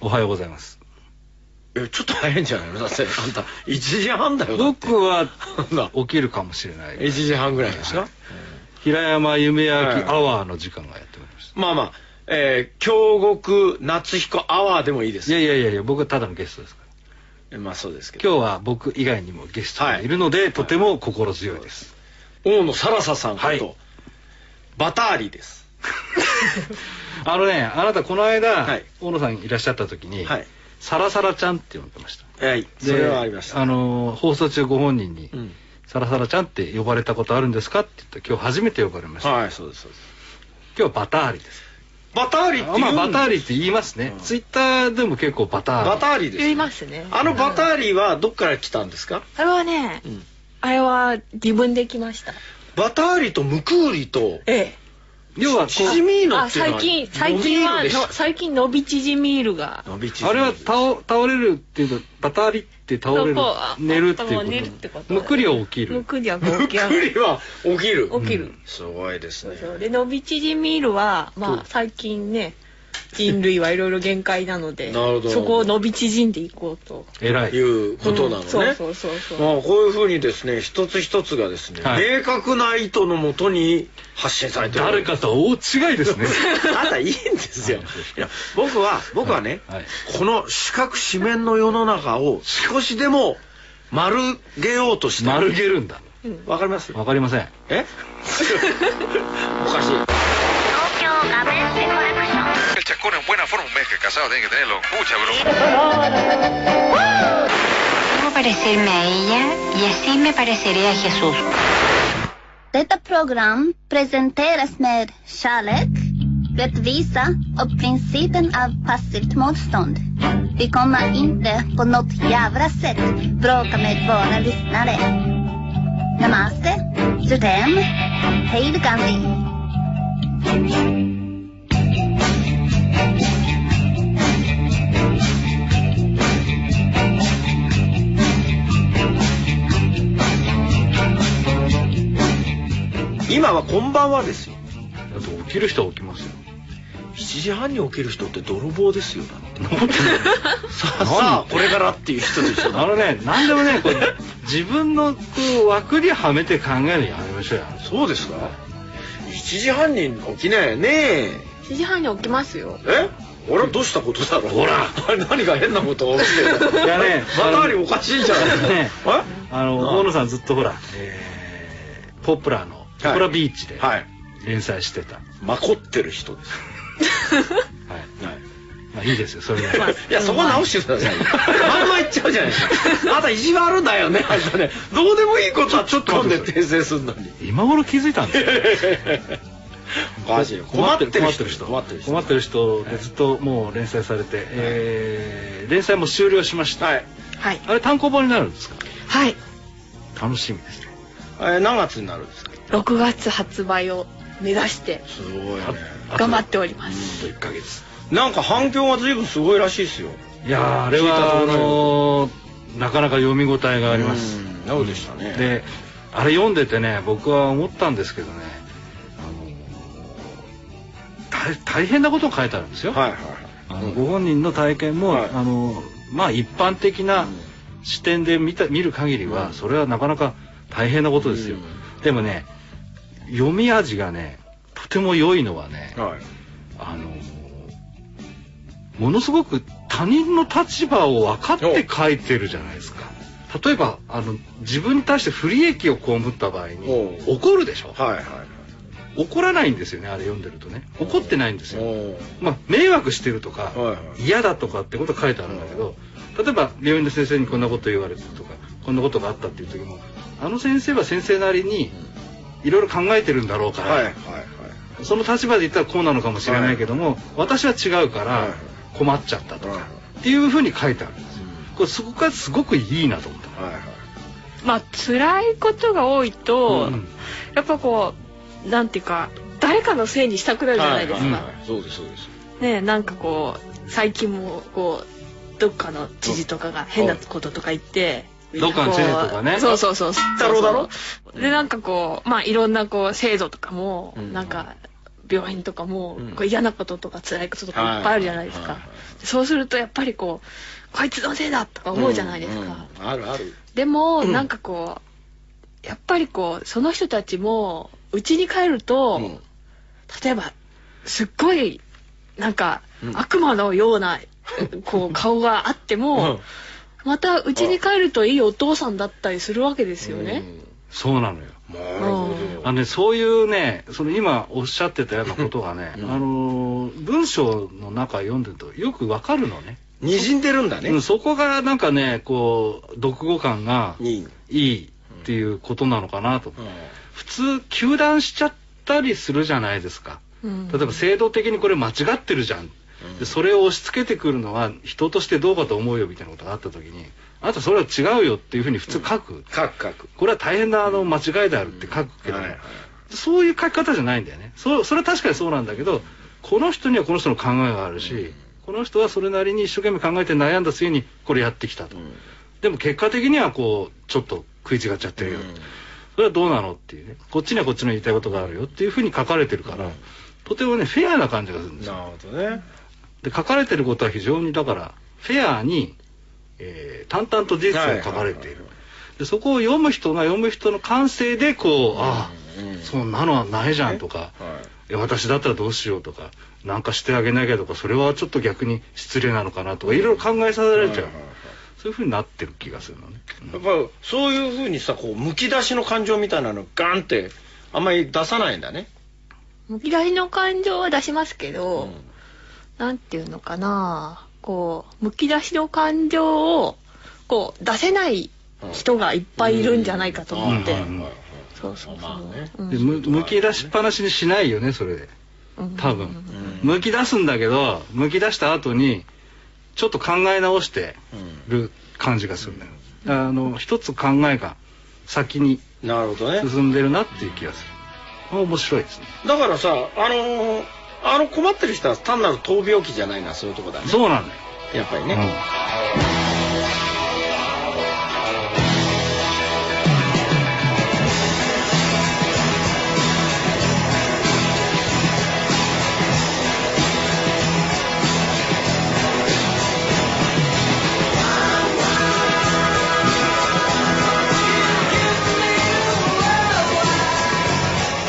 おはようございますえちょっと早いんじゃないのだってあんた1時半だよだって僕は なんだ起きるかもしれない1時半ぐらいでしょ、はい平山夢明はいアワーの時間がやっておりましまあまあえー、京極夏彦アワーでもいいでたいすやいやいやいや僕はただのゲストですからまあそうですけど今日は僕以外にもゲストがいるので、とても心強いです、大野サラサさんこと、はいバターリですあのねあなたこの間、はい大野さんいらっしゃった時に、はいサラサラちゃんって呼んでましたはいでそれはありましたあのー放送中ご本人に、うんサラサラちゃんって呼ばれたことあるんですか?」って言ったら今日初めて呼ばれました、はいそうですそうです今日バターリですバターリっていうんまあ、バターリだって言いますね、うんツイッターでも結構バターリバターリです言いますねあのバタうんーリはどっから来たんですか、あれはねあれは自分で来ましたバターリとムクーリとえ要はこシジうミーえノあっていうの最は近最近は伸びるでしょの最近伸び縮みールが伸び縮みあれは倒倒れるっていうとバターリって倒れるそうこうあ寝るって頭寝るいうってここととむくりを起きるむくりはむ起っき上がくるりは起きる起きるすごいですそうねそうで伸び縮みールはまあ最近ね人類はいろいろ限界なのでなるほどそこを伸び縮んでいこうと偉いいうことなのね、うんそうそうそうそうまあ、こういうふうにですね一つ一つがですね、はい明確な意図のもとに発信されてる誰かとは大違いですねあなたいいんですよはいいや僕は僕は ね、はいはいこの四角四面の世の中を少しでも丸げようとして丸げるんだうんわかりますわかりませんえ おかしい東京ガベンセコレクション El chascón en buena forma, un mes que casado tiene que tenerlo. Mucha broma. Debo parecerme a ella y así me pareceré a Jesús. Detta program presenteras med kärlek, rättvisa och principen av passivt motstånd. Vi kommer inte på något jävla sätt bråka med våra lyssnare. Namaste, Sudem, Hej då, Gandhi. 今はこんばんはですよだと起きる人は起き ますよ7時半に起きる人って泥棒ですよだって さあ何さあこれからっていう人でしょ あのね何でもねこう自分のこう枠にはめて考えるのやめましょうよそうですか7時半に起きないよね7時半に起きますよえ俺はどうしたことだろうほら 何が変なことを起きてるのいやね またありおかしいんじゃないねえあのああ大野さんずっとほら、えーポプラのポプラビーチではい連載してた、はまこってる人です、い まあ、いいですよそれまあはいやそこ直してくださいよ まんま言っちゃうじゃないです かあなた意地悪だよねあんたねどうでもいいことはちょっと飛んで訂正するのに今頃気づいたんですよ おかしいよ困ってる人困ってる人困ってる困って人る人でずっともう連載されて、えー連載も終了しました、はい、はいあれ単行本になるんですか はい楽しみですねえー何月になるんですか6月発売を目指してすごいね頑張っておりますあと1ヶ月なんか反響が随分すごいらしいですよいやーあれ聞いたとはこあろないのーなかなか読み応えがありますうんそうでしたねであれ読んでてね僕は思ったんですけどねあのー大大変なことを書いてあるんですよ、はあいはいのはいご本人の体験も、はいあのまあ一般的なうん視点で見た見る限りは、うんそれはなかなか大変なことですよ、うでもね読み味がねとても良いのはね、はいあのものすごく他人の立場を分かって書いてるじゃないですか例えばあの自分に対して不利益を被った場合におう怒るでしょはいはいはい怒らないんですよねあれ読んでるとね怒ってないんですよおーまあ、迷惑してるとか、はいはい嫌だとかってこと書いてあるんだけど、例えば病院の先生にこんなこと言われてるとかこんなことがあったっていう時もあの先生は先生なりにいろいろ考えてるんだろうから、はいはいはいその立場で言ったらこうなのかもしれないけども、私は違うかはらい困っちゃったとか、はいっていうふうに書いてあるんですよ。これそこがすごくいいなと思った。はいはいまあ辛いことが多いと、うんやっぱこうなんていうか誰かのせいにしたくなるじゃないですか、はははいそうですそうですねえなんかこう最近もこうどっかの知事とかが変なこととか言ってどっかの知事とかねこうそうそうそう太郎だろでなんかこうまあいろんなこう制度とかもうんなんか病院とかも、うんこう嫌なこととか辛いこととかいっぱいあるじゃないですか、はいはいはいはいでそうするとやっぱりこうこいつのせいだとか思うじゃないですか、うんうんあるある。でも、なんかこうやっぱりこうその人たちもうちに帰ると、うん例えばすっごいなんか、うん悪魔のようなこう顔があっても、うんまたうちに帰るといいお父さんだったりするわけですよね。そうなのよ。うんなるほあど。のね、そういうね、その今おっしゃってたようなことがね、うんあのー文章の中読んでるとよくわかるのね。滲んでるんだうねん。そこがなんかね、こう、読語感がに。うんいいっていうことなのかなと。普通、糾弾しちゃったりするじゃないですか。うん例えば制度的にこれ間違ってるじゃん。でそれを押し付けてくるのは人としてどうかと思うよみたいなことがあった時に、あなたそれは違うよっていうふうに普通書く。カクカク。これは大変なあの間違いであるって書くけどはいはねい、そういう書き方じゃないんだよね。そそれは確かにそうなんだけど、この人にはこの人の考えがあるし、この人はそれなりに一生懸命考えて悩んだ末にこれやってきたと。でも結果的にはこう、ちょっと食い違っちゃってるよ。それはどうなのっていうね。こっちにはこっちの言いたいことがあるよっていうふうに書かれてるから、とてもね、フェアな感じがするんですよなるほどね。で書かれてることは非常にだからフェアに、えー淡々と事実が書かれている、はいはいはいはでそこを読む人が読む人の感性でこう、ああうんそんなのはないじゃんとか、はいや私だったらどうしようとかなんかしてあげなきゃとかそれはちょっと逆に失礼なのかなとかいろいろ考えさせられちゃう、はいはいはいそういうふうになってる気がするのね、うんやっぱそういうふうにさこうむき出しの感情みたいなのガンってあんまり出さないんだね。むき出しの感情は出しますけど、うんなんていうのかなこうむき出しの感情をこう出せない人がいっぱいいるんじゃないかと思って、うんうんうんそうそうそう、まあねうんでむむき出しっぱなしにしないよねそれで多分、うんむき出すんだけどむき出した後にちょっと考え直してる感じがするんだよ、あの一つ考えが先になるほどね。進んでるなっていう気がするこれ面白いですねだからさあのーあの困ってる人は単なる闘病期じゃないなそういうとこだね。そうなんだよ、やっぱりね。うん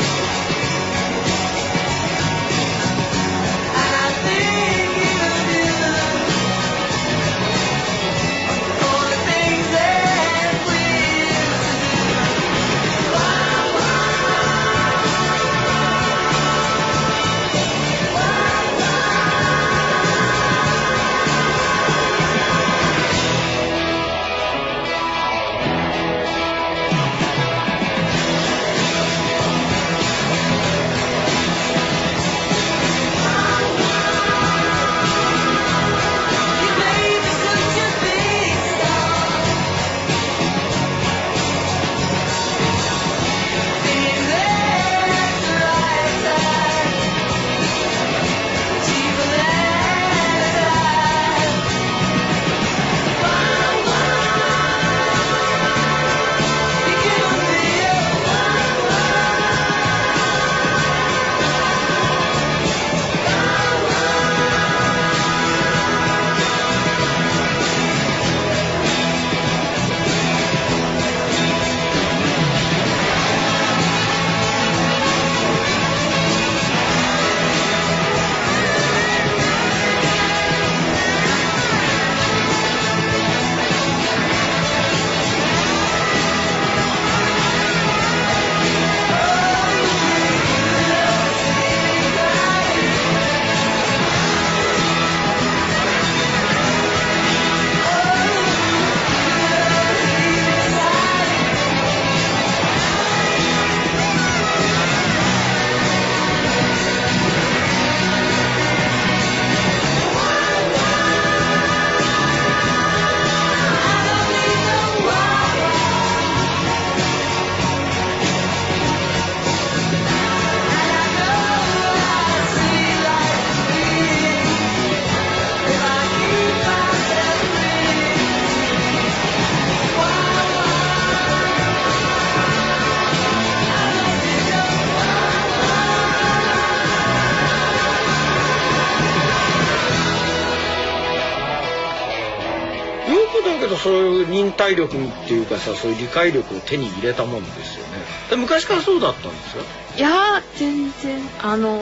「君の声が聞こえる」けどそういう忍耐力っていうかさそういう理解力を手に入れたもんですよねで昔からそうだったんですよいやー全然あの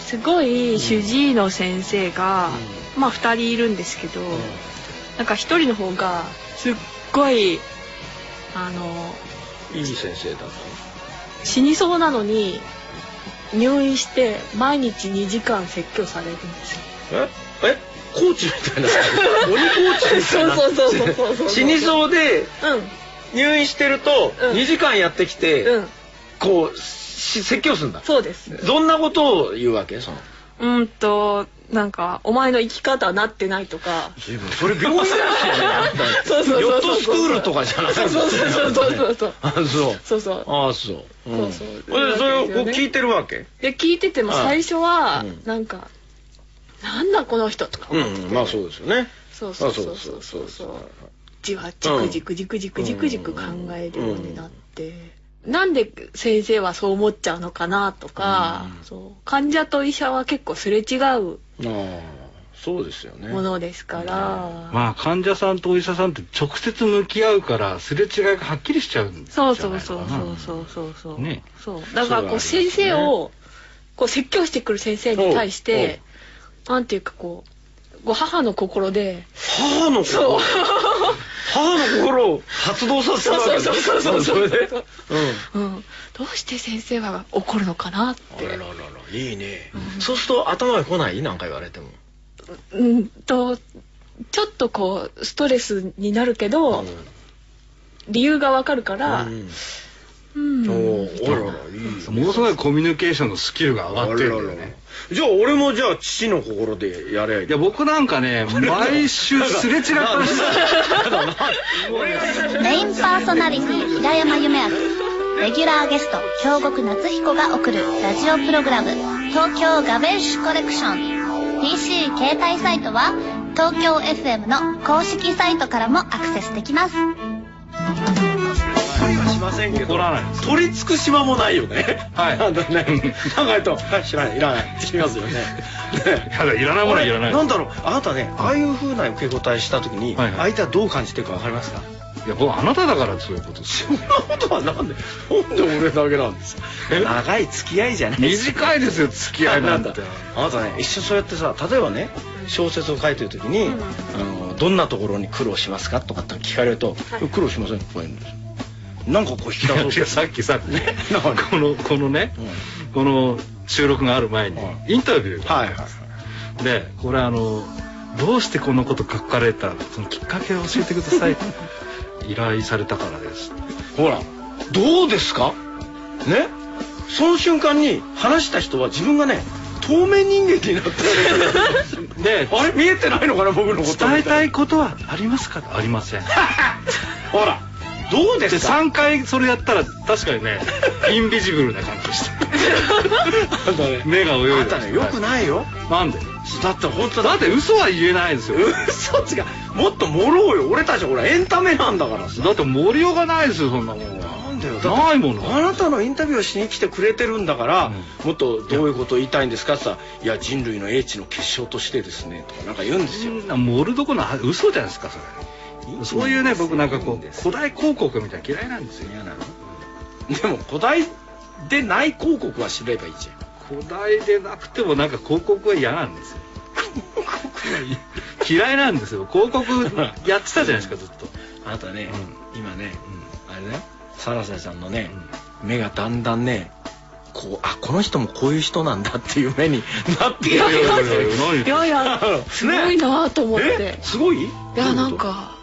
すごい主治医の先生が、まあ2人いるんですけど、なんか1人の方がすっごいあのいい先生だった死にそうなのに入院して毎日2時間説教されるんですよ。ええコーチみたいな鬼コーチみたいな そうそうそうそうそう死にそうでう入院してるとうん2時間やってきて、ん、うん、こうし説教するんだそうです。どんなことを言うわけそのうんとなんかお前の生き方はなってないとか。随分それ病院だしねそうそうそうそうヨットスクールとかじゃなくてそうそうそうそうそうそうあそうそうそう。ああそう、ん、そうそうそれでそれをこう聞いてるわけで聞いてても最初はうんなんか、なんだこの人とかう思ってて、んまあそうですよねそうあそうそうそうそうじわじくじくじくじくじくじく考えるようになって、なんで先生はそう思っちゃうのかなとか、うんそう患者と医者は結構すれ違うああそうですよねものですから、まあ患者さんとお医者さんって直接向き合うからすれ違いがはっきりしちゃうんじゃなそいうのかそうなそうそうそうそうそう、ねそうだからこうそれはあります先ね生をこう説教してくる先生に対してなんていうかこうご母の心で母の心を母の心を発動させるわけだそうそうそうそうそうそれでそううんうん、どうして先生は怒るのかなっあらららて、らいいね、そうすると頭が来ないなんか言われてもうんとちょっとこうストレスになるけど、理由がわかるから、ううんんうんおーあららいいねものすごいコミュニケーションのスキルが上がってるんだよねあらららじゃあ俺もじゃあ父の心でやれゃいいいや僕なんかね毎週すれ違ったりしてメインパーソナリティ平山夢明レギュラーゲスト京極夏彦が送るラジオプログラム「東京ガベッシュコレクション」PC 携帯サイトは東京 FM の公式サイトからもアクセスできますはしませんけど怒らないです取り付く島もないよねはいなんだね考えるとはい知らないいらない知りますよねねいやいらないものはいらないあれんだろうあなたねああいう風な受け答えした時にはいはい相手はどう感じてるかわかりますかいや僕あなただからそういうことですよそんなことはなんでなんで俺だけなんですかえ長い付き合いじゃないですか短いですよ付き合いなんてあなたね一緒そうやってさ例えばね小説を書いてる時に、うんあのどんなところに苦労しますかとかって聞かれると、はい苦労しませんとか言うんですよなんかこう引きいや出いそうやさっきさねなんかこのこのねこの収録がある前にはインタビューがはいはいはいでこれあのどうしてこんなこと書かれたそのきっかけを教えてください依頼されたからですほらどうですかねその瞬間に話した人は自分がね透明人間になってる であれ見えてないのかな僕のこと伝えたいいことはありますかありませんほらどうでですか 3回それやったら確かにねインビジブルな感じでしたあんたね目が泳あいでんたねよくないよなんでだって本当だって嘘は言えないですよ嘘つかもっともろうよ俺たちほらエンタメなんだからさだって盛りようがないですよそんなもんはなんだよだってないものあなたのインタビューをしに来てくれてるんだから、もっとどういうことを言いたいんですかってさ「いや人類の英知の結晶としてですね」とかなんか言うんですよ、盛るどころの嘘じゃないですかそれそういうね僕なんかこう古古代代広告みたいな嫌いなんですよ嫌なのでも古代でない広告は知ればいいじゃん古代でなくてもなんか広告は嫌なんですよ嫌いなんですよ広告やってたじゃないですかずっとあなたね、今ね、あれねサラサちゃんのね、目がだんだんねこうあこの人もこういう人なんだっていう目に なっているようになる何いやいやすごいなと思って、えすごいいいやなんか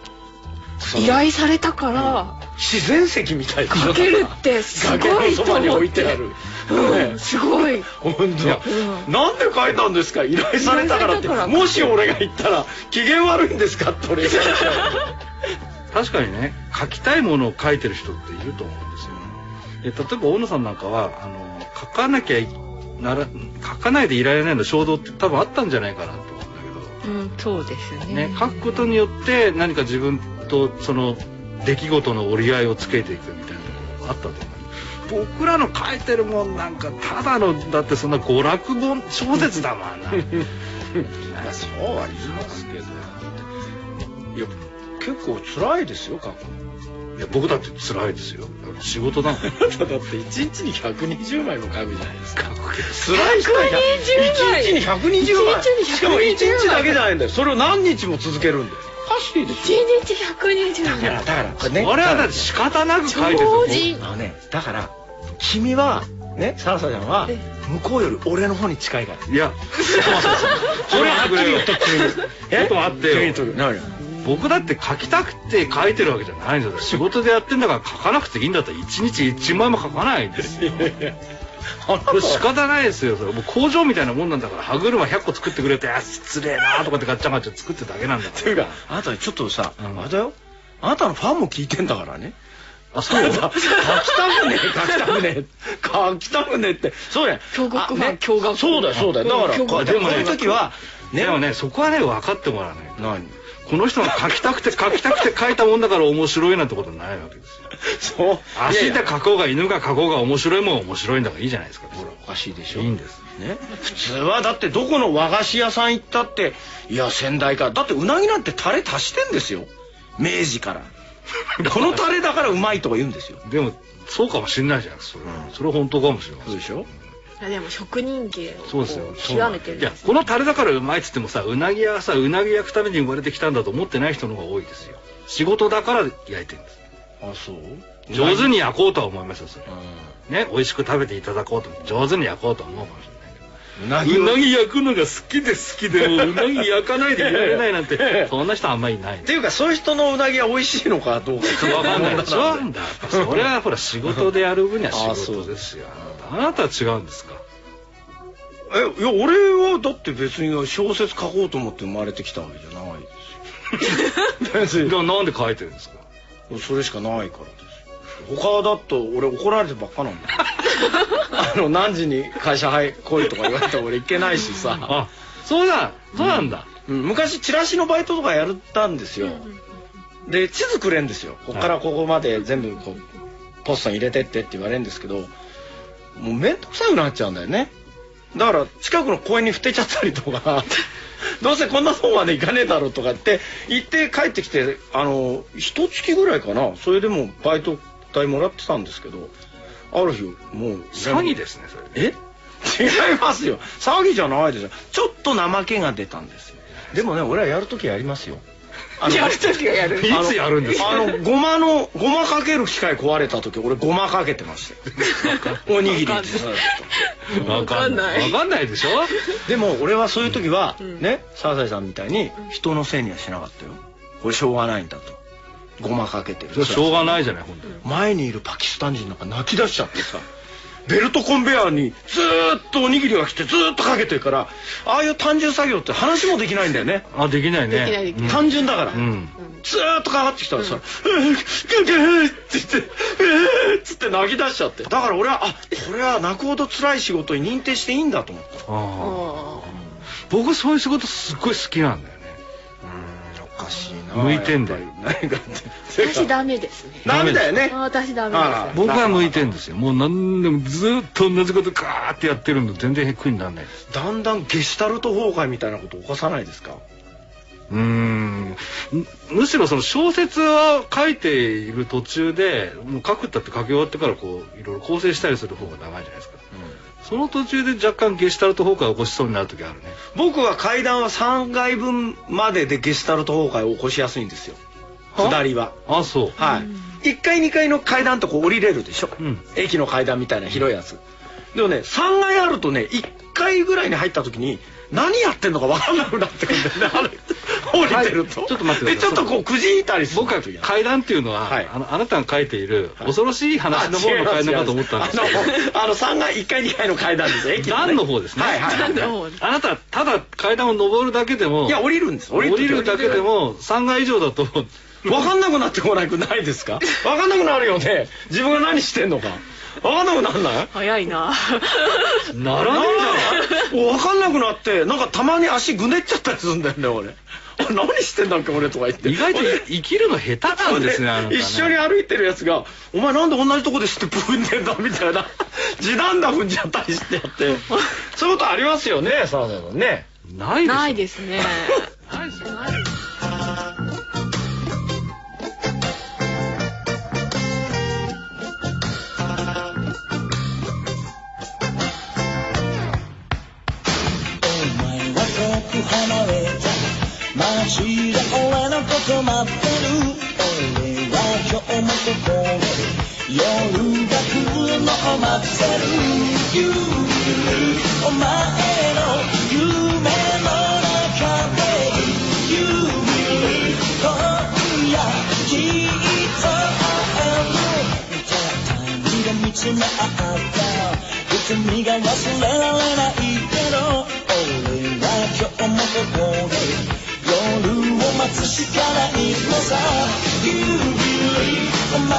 その依頼されたから自然石みたいなかけるってすごい崖のそとばに思置っいてあてる、うんねすごい本当だうなんで書いたんですか依頼されたからって依頼されたからもし俺が言ったら機嫌悪いんですかって俺が言ったら 確かにね書きたいものを書いてる人っていると思うんですよねで例えば大野さんなんかはあの書かなきゃいなら書かないでいられないの衝動って多分あったんじゃないかなと思うんだうんそうですけど、ねね、書くことによって何か自分とその出来事の折り合いをつけていくみたいなのがあったと思う僕らの書いてるもんなんかただのだってそんな娯楽本小説だ もんなまあそうは言いますけどいや結構辛いですよ過 去いや僕だって辛いですよ仕事だもんだって1日に120枚も書くじゃないですか辛辛いい人人はは1日に120枚一日に120枚しかも1日だけじゃないんだよそれを何日も続けるんだよおかしいで1しょ日120だからだからこれね俺はだって仕方なく書いてる超よ人あのねだから君はねサラサちゃんはえ向こうより俺の方に近いからいや俺ははっきり言っとくちょっと待ってよ君と何僕だって書きたくて書いてるわけじゃないんですよ仕事でやってんだから書かなくていいんだったら1日1枚も書かないんですよこあなれた仕方ないですよそれもう工場みたいなもんなんだから歯車100個作ってくれてあ失礼なとかってガッチャンガッチャン作ってるだけなんだかっていうかあなたちょっとさ、うんあれだよあなたのファンも聞いてんだからねらあ そう書きたくねえ書きたくねえ書きたくねえってそうや驚愕あファン驚愕ファンそうだよそうだよだからうんこう驚愕でもねこういう時はでもねそこはね分かってもらわないと何 この人が書きたくて書きたくて書いたもんだから面白いなんてことないわけですよそう足いやでいや書こうが犬が書こうが面白いもんは面白いんだからいいじゃないですか ほらおかしいでしょいいんですね、普通はだってどこの和菓子屋さん行ったっていや仙台かだってうなぎなんてタレ足してんですよ明治から このタレだからうまいとか言うんですよでもそうかもしれないじゃないですかそれはうんそれは本当かもしれないそうでしょいやでも職人芸をそうですよ。極めてるんいやです、このタレだからうまいっつってもさ、うなぎ屋はさ、うなぎ焼くために生まれてきたんだと思ってない人の方が多いですよ。仕事だから焼いてるんです。あそう上手にに焼こうとは思いますよ、それ。ね、美味しく食べていただこうと思って、上手に焼こうとは思うかもしれないうなけぎど。うをなぎ焼くのが好きで好きで、もううなぎ焼かないでいられないなんええて、そんな人あんまりいない っ。ていうかそういう人のうなぎは美味しいのかどうかわかんないでしょ あんだ。やっぱそれはほら仕事でやる分にはあ仕そう事ですよ。あなたあなたは違うんです かえいや俺はだって別に小説書こうと思って生まれてきたわけじゃないですよ別でもなんで書いてるんですかにそれしかないからですよ他だと俺怒られてばっかなんだ よあの何時に会社入来いとか言われたら俺行けないしさ、あ、そうだ、そうなんだ。うん昔チラシのバイトとかやったんですよで地図くれんですよこっからここまで全部こうポストに入れてってって言われるんですけどもう面倒くさくなっちゃうんだよねだから近くの公園に捨てちゃったりとか どうせこんなそうまで行かねえだろうとかって行って帰ってきてあの一月ぐらいかなそれでもバイト代もらってたんですけどある日もう詐欺ですね、それ。え違いますよ騒ぎじゃないですよちょっと怠けが出たんですよでもね俺はやるときやりますよあのやるときはやるいつやるんですかあのごまのごまかける機械壊れた時俺ごまかけてましたよおにぎりってさわかんないわかんないでしょでも俺はそういう時は、うんねサザエさんみたいに人のせいにはしなかったよこれしょうがないんだとごまかけてそれるしょうがないじゃない、本当に。前にいるパキスタン人なんか泣き出しちゃってさベルトコンベヤーにずーっとおにぎりが来てずーっとかけてるからああいう単純作業って話もできないんだよね、あ、できないね。できないできな単純だから、うん。ずーっとかかってきたらさ「うーぐぐー」って言って「うー」っつって泣き出しちゃってだから俺はあこれは泣くほど辛い仕事に認定していいんだと思ったあああ僕、そういう仕事すっごい好きなんだよね。うーんおかしいな向いてんだよやっぱり何かってー私ダメですねダメだよね私ダメあでら僕は向いてんですよ。もう何でもずっと同じことガーってやってるんで、全然へっくにならないです。だんだんゲシュタルト崩壊みたいなこと起こさないですかうーん。むむしろその小説を書いている途中で、もう書くったって書き終わってからこう、いろいろ構成したりする方が長いじゃないですか。その途中で若干ゲシュタルト崩壊を起こしそうになる時あるね。僕は階段は3階分まででゲシュタルト崩壊を起こしやすいんですよは下りはあ、そう。はい1階2階の階段とこう降りれるでしょ、うん駅の階段みたいな広いやつでもね3階あるとね1階ぐらいに入った時に何やってんのか分かんなくなってくるんだよねあれ降りてると、 はいちょっと待ってくださいでちょっとこうくじいたりする僕は時が階段っていうのは、はいあのあなたが書いているはい恐ろしい話の方の階段かと思ったんですあけど、違いますあのあの3階1階2階の階段です駅段の方ですねはいはい、はい段の方あなたはただ階段を上るだけでもいや降りるんです降りるだけでもも3階以上だと分かんなくなってこなくないですか分かんなくなるよね自分が何してんのか分かんなくなんない早い な ならね分かんなくなってなんかたまに足ぐねっちゃったりするんだよね俺あ何してんだっけ俺とか言っえて じゃん意外と俺生きるの下手なんですねあなたね一緒に歩いてるやつが「お前なんで同じとこでステップ踏んでんだ」みたいな 地団打踏んじゃったりしてやってそういうことありますよね澤田さんねないですないですねないですよく離れた街で俺のこと待ってる俺は今日もここで夜が来るのを待ってる You お前の夢の中で You 今夜きっと会える見た君が見つめ合った瞳が忘れられないけど俺は今日もここで夜を待つしかないのさ You b e l i e お前の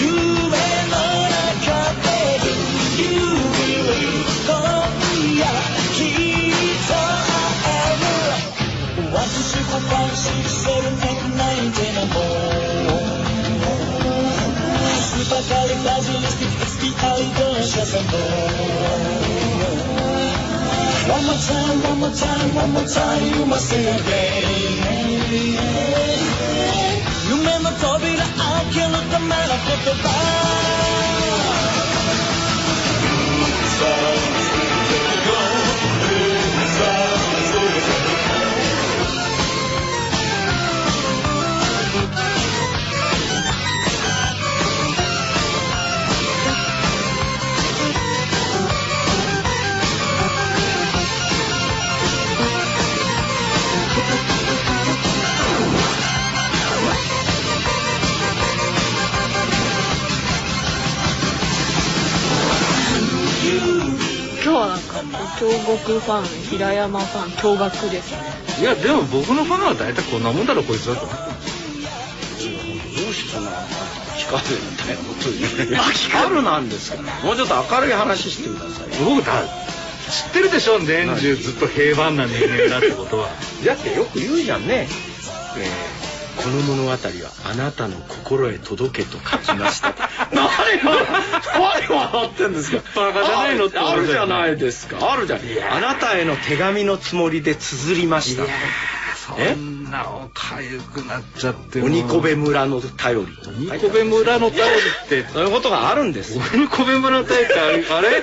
夢の中で You b e l i e 今夜きっと会える What is your five, six, seven, eight, nine, ten, and more? Supercalifragilistic, expialidocious, and more. One more time, one more time, one more time, you must say again. 夢の扉開けるための言葉今日はなんか京極ファン平山ファン驚愕ですねいやでも僕のファンは大体こんなもんだろこいつはと思ってどうしてそんな光るみたいなこと言う光るなんですからもうちょっと明るい話してくださいよ僕だ知ってるでしょ年中ずっと平凡な人間だってことはだってよく言うじゃんね、えーこの物語はあなたの心へ届けと書きました 何笑何笑ってんですかバカじゃないのってああるじゃないですかあるじゃんあなたへの手紙のつもりで綴りましたそんなおかゆくなっちゃってもう鬼部村の頼り鬼小部村のタオルってそういうことがあるんですよ鬼小部村のタオルってあれ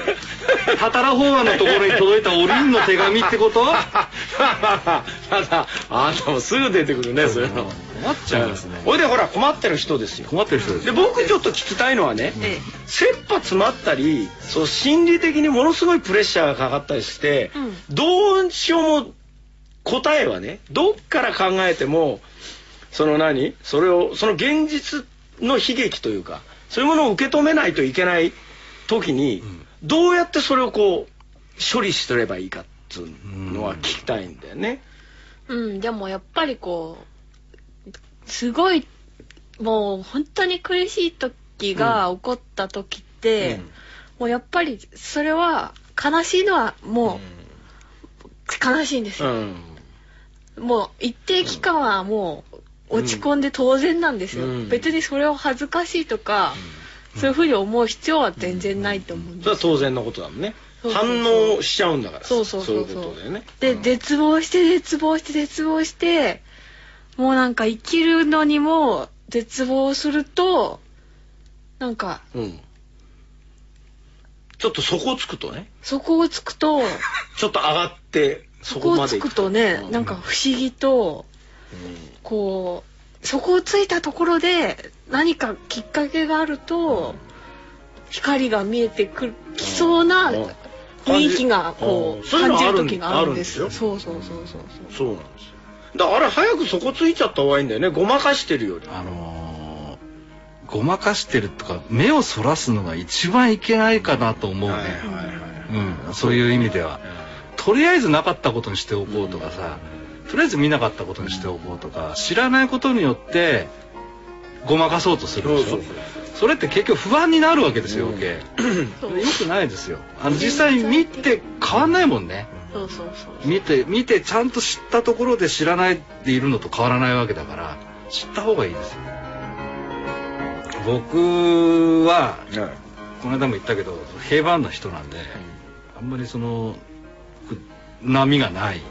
あれたたら法案のところに届いたおりんの手紙って ことあなあなたもすぐ出てくるねそういうの困っちゃいますねほいでほら困ってる人ですよ困ってる人ですで僕ちょっと聞きたいのはね、え切羽詰まったりそう心理的にものすごいプレッシャーがかかったりして、うどうしようも答えはねどっから考えてもその何それをその現実の悲劇というかそういうものを受け止めないといけない時に、んどうやってそれをこう処理してればいいかっつうのは聞きたいんだよね。うんでもやっぱりこうすごいもう本当に苦しい時が起こった時って、うんもうやっぱりそれは悲しいのはもう悲しいんですうよ、んもう一定期間はもう落ち込んで当然なんですよ、うん別にそれを恥ずかしいとか、そういうふうに思う必要は全然ないと思うんそですれは当然のことだもんねそうそうそう反応しちゃうんだからそうそうそうそうそういうことだよねで、うん絶望して絶望して絶望してもうなんか生きるのにも絶望するとなんかうんちょっとそこつくとねそこをつくとちょっと上がってそそここまをでつ行くとねうんなんか不思議とこうそこをついたところで何かきっかけがあると光が見えてくるきそうなうん雰囲気がこうんうそういうの感じあるるん時があるんですあるんよですそうそうそうそうそそううなんですよだからあれ早くそこついちゃった方がいいんだよねごまかしてるよりあのーごまかしてるとか目をそらすのが一番いけないかなと思うね、はいはいはいうん、そういう意味ではとりあえずなかったことにしておこうとかさ、とりあえず見なかったことにしておこうとか知らないことによってごまかそうとするそでうしょそうそれって結局不安になるわけですよ、うん余計そうよくないですよあの実際見て変わんないもんねそうそうそう見て見てちゃんと知ったところで知らないでいるのと変わらないわけだから知った方がいいですよ僕はそうはいこの間も言ったけど平凡な人なんであんまりそのく波がない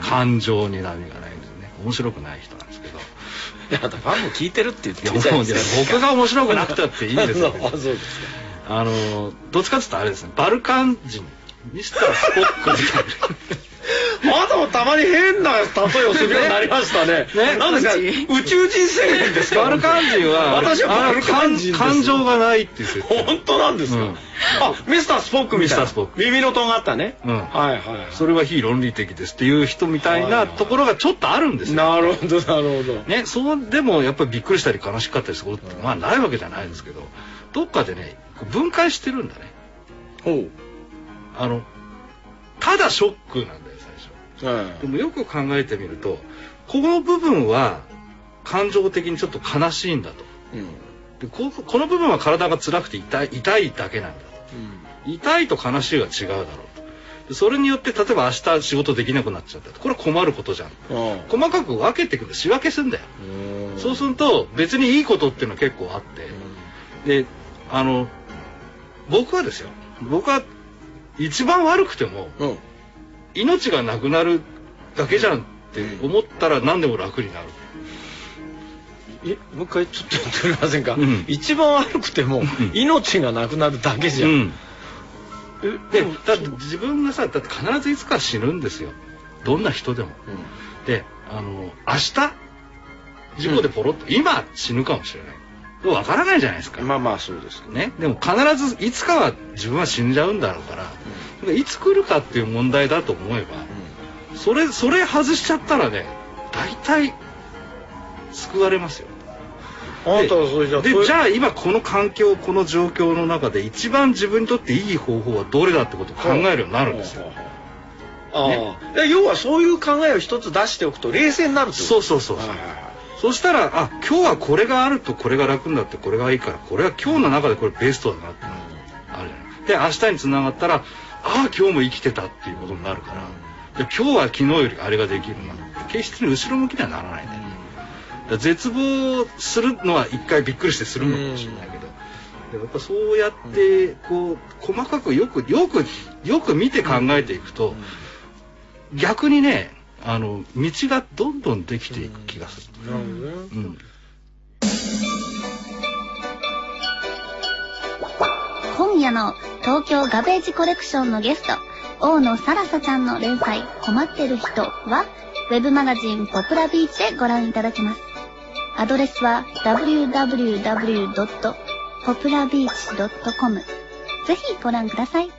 感情に波がないんですね面白くない人なんですけどいやだってファンも聞いてるって言っていやるじゃないもうでいやすか僕が面白くなくたっていいんですよ あそうですかあのどっちかっていうとあれですねバルカン人ミスタースポックみたいなまだたまに変な例えをするようになりましたね。ねなんですか宇宙人宣言ですかバルカン人は、私はバルカン人です。あの感感情がないっていう設定本当なんですか、うんあ、ミスタースポークみたいな。ミスタースポーク耳の尖ったね。うんはいはい。それは非論理的ですっていう人みたいなところがちょっとあるんですよ。なるほど、なるほど。ね、そうでもやっぱりびっくりしたり悲しかったりすることってまあないわけじゃないですけどどっかでねこう分解してるんだねほあのただショックなんだよ最初う。はでもよく考えてみるとこの部分は感情的にちょっと悲しいんだとい。うん。でここの部分は体が辛くて痛い痛いだけなんだと痛いと悲しいは違うだろうとでそれによって例えば明日仕事できなくなっちゃったとこれは困ることじゃんうん。細かく分けてくる仕分けするんだようんそうすると別にいいことっていうのは結構あって、であの僕はですよ僕は一番悪くてもうん。命がなくなるだけじゃんって思ったら何でも楽になるえもう一回ちょっと言ってみませんか、うん一番悪くてもん命がなくなるだけじゃん、えででもだって自分がさだって必ずいつか死ぬんですよどんな人でもであの明日事故でポロッと、今死ぬかもしれないでも分からないじゃないですか、うんまあまあそうですけどね、でも必ずいつかは自分は死んじゃうんだろうから、だからいつ来るかっていう問題だと思えば、それそれ外しちゃったらね大体救われますよあんたはそれじゃあでそういうじゃあ今この環境この状況の中で一番自分にとっていい方法はどれだってことを考えるようになるんですよ、ああ、で要はそういう考えを一つ出しておくと冷静になるってことそうそうそうそう、はいはいはいそしたらあ今日はこれがあるとこれが楽になってこれがいいからこれは今日の中でこれベストだなってあるじゃないで明日につながったらああ今日も生きてたっていうことになるからで今日は昨日よりあれができるな決して後ろ向きにはならないんだよねだから絶望するのは一回びっくりしてするのかもしれないけどでもやっぱそうやってこう細かくよくよくよく見て考えていくと逆にねあの道がどんどんできていく気がする。なるほどねうん今夜の東京ガベージコレクションのゲスト、大野さらさちゃんの連載、困ってる人は、ウェブマガジンポプラビーチでご覧いただけます。アドレスは www.poplabeach.com。ぜひご覧ください。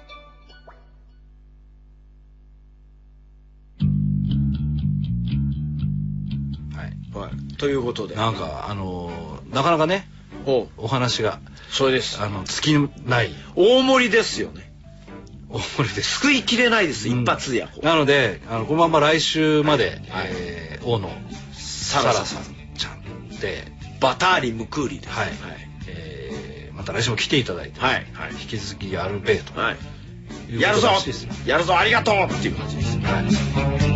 はいはい、ということでなんかあのーなかなかねおお話がそれですあの尽きない大盛りですよねおもりです。 救いきれないです、うん一発やこうなのであのこのまま来週まで、はいえー大野ササララササささんんちゃんで、バターリムクーリですはいえーまた来週も来ていただいて、はいはい引き続きアルベートはいというやこるとぞらしいですよやるぞありがとうっていう感じですはい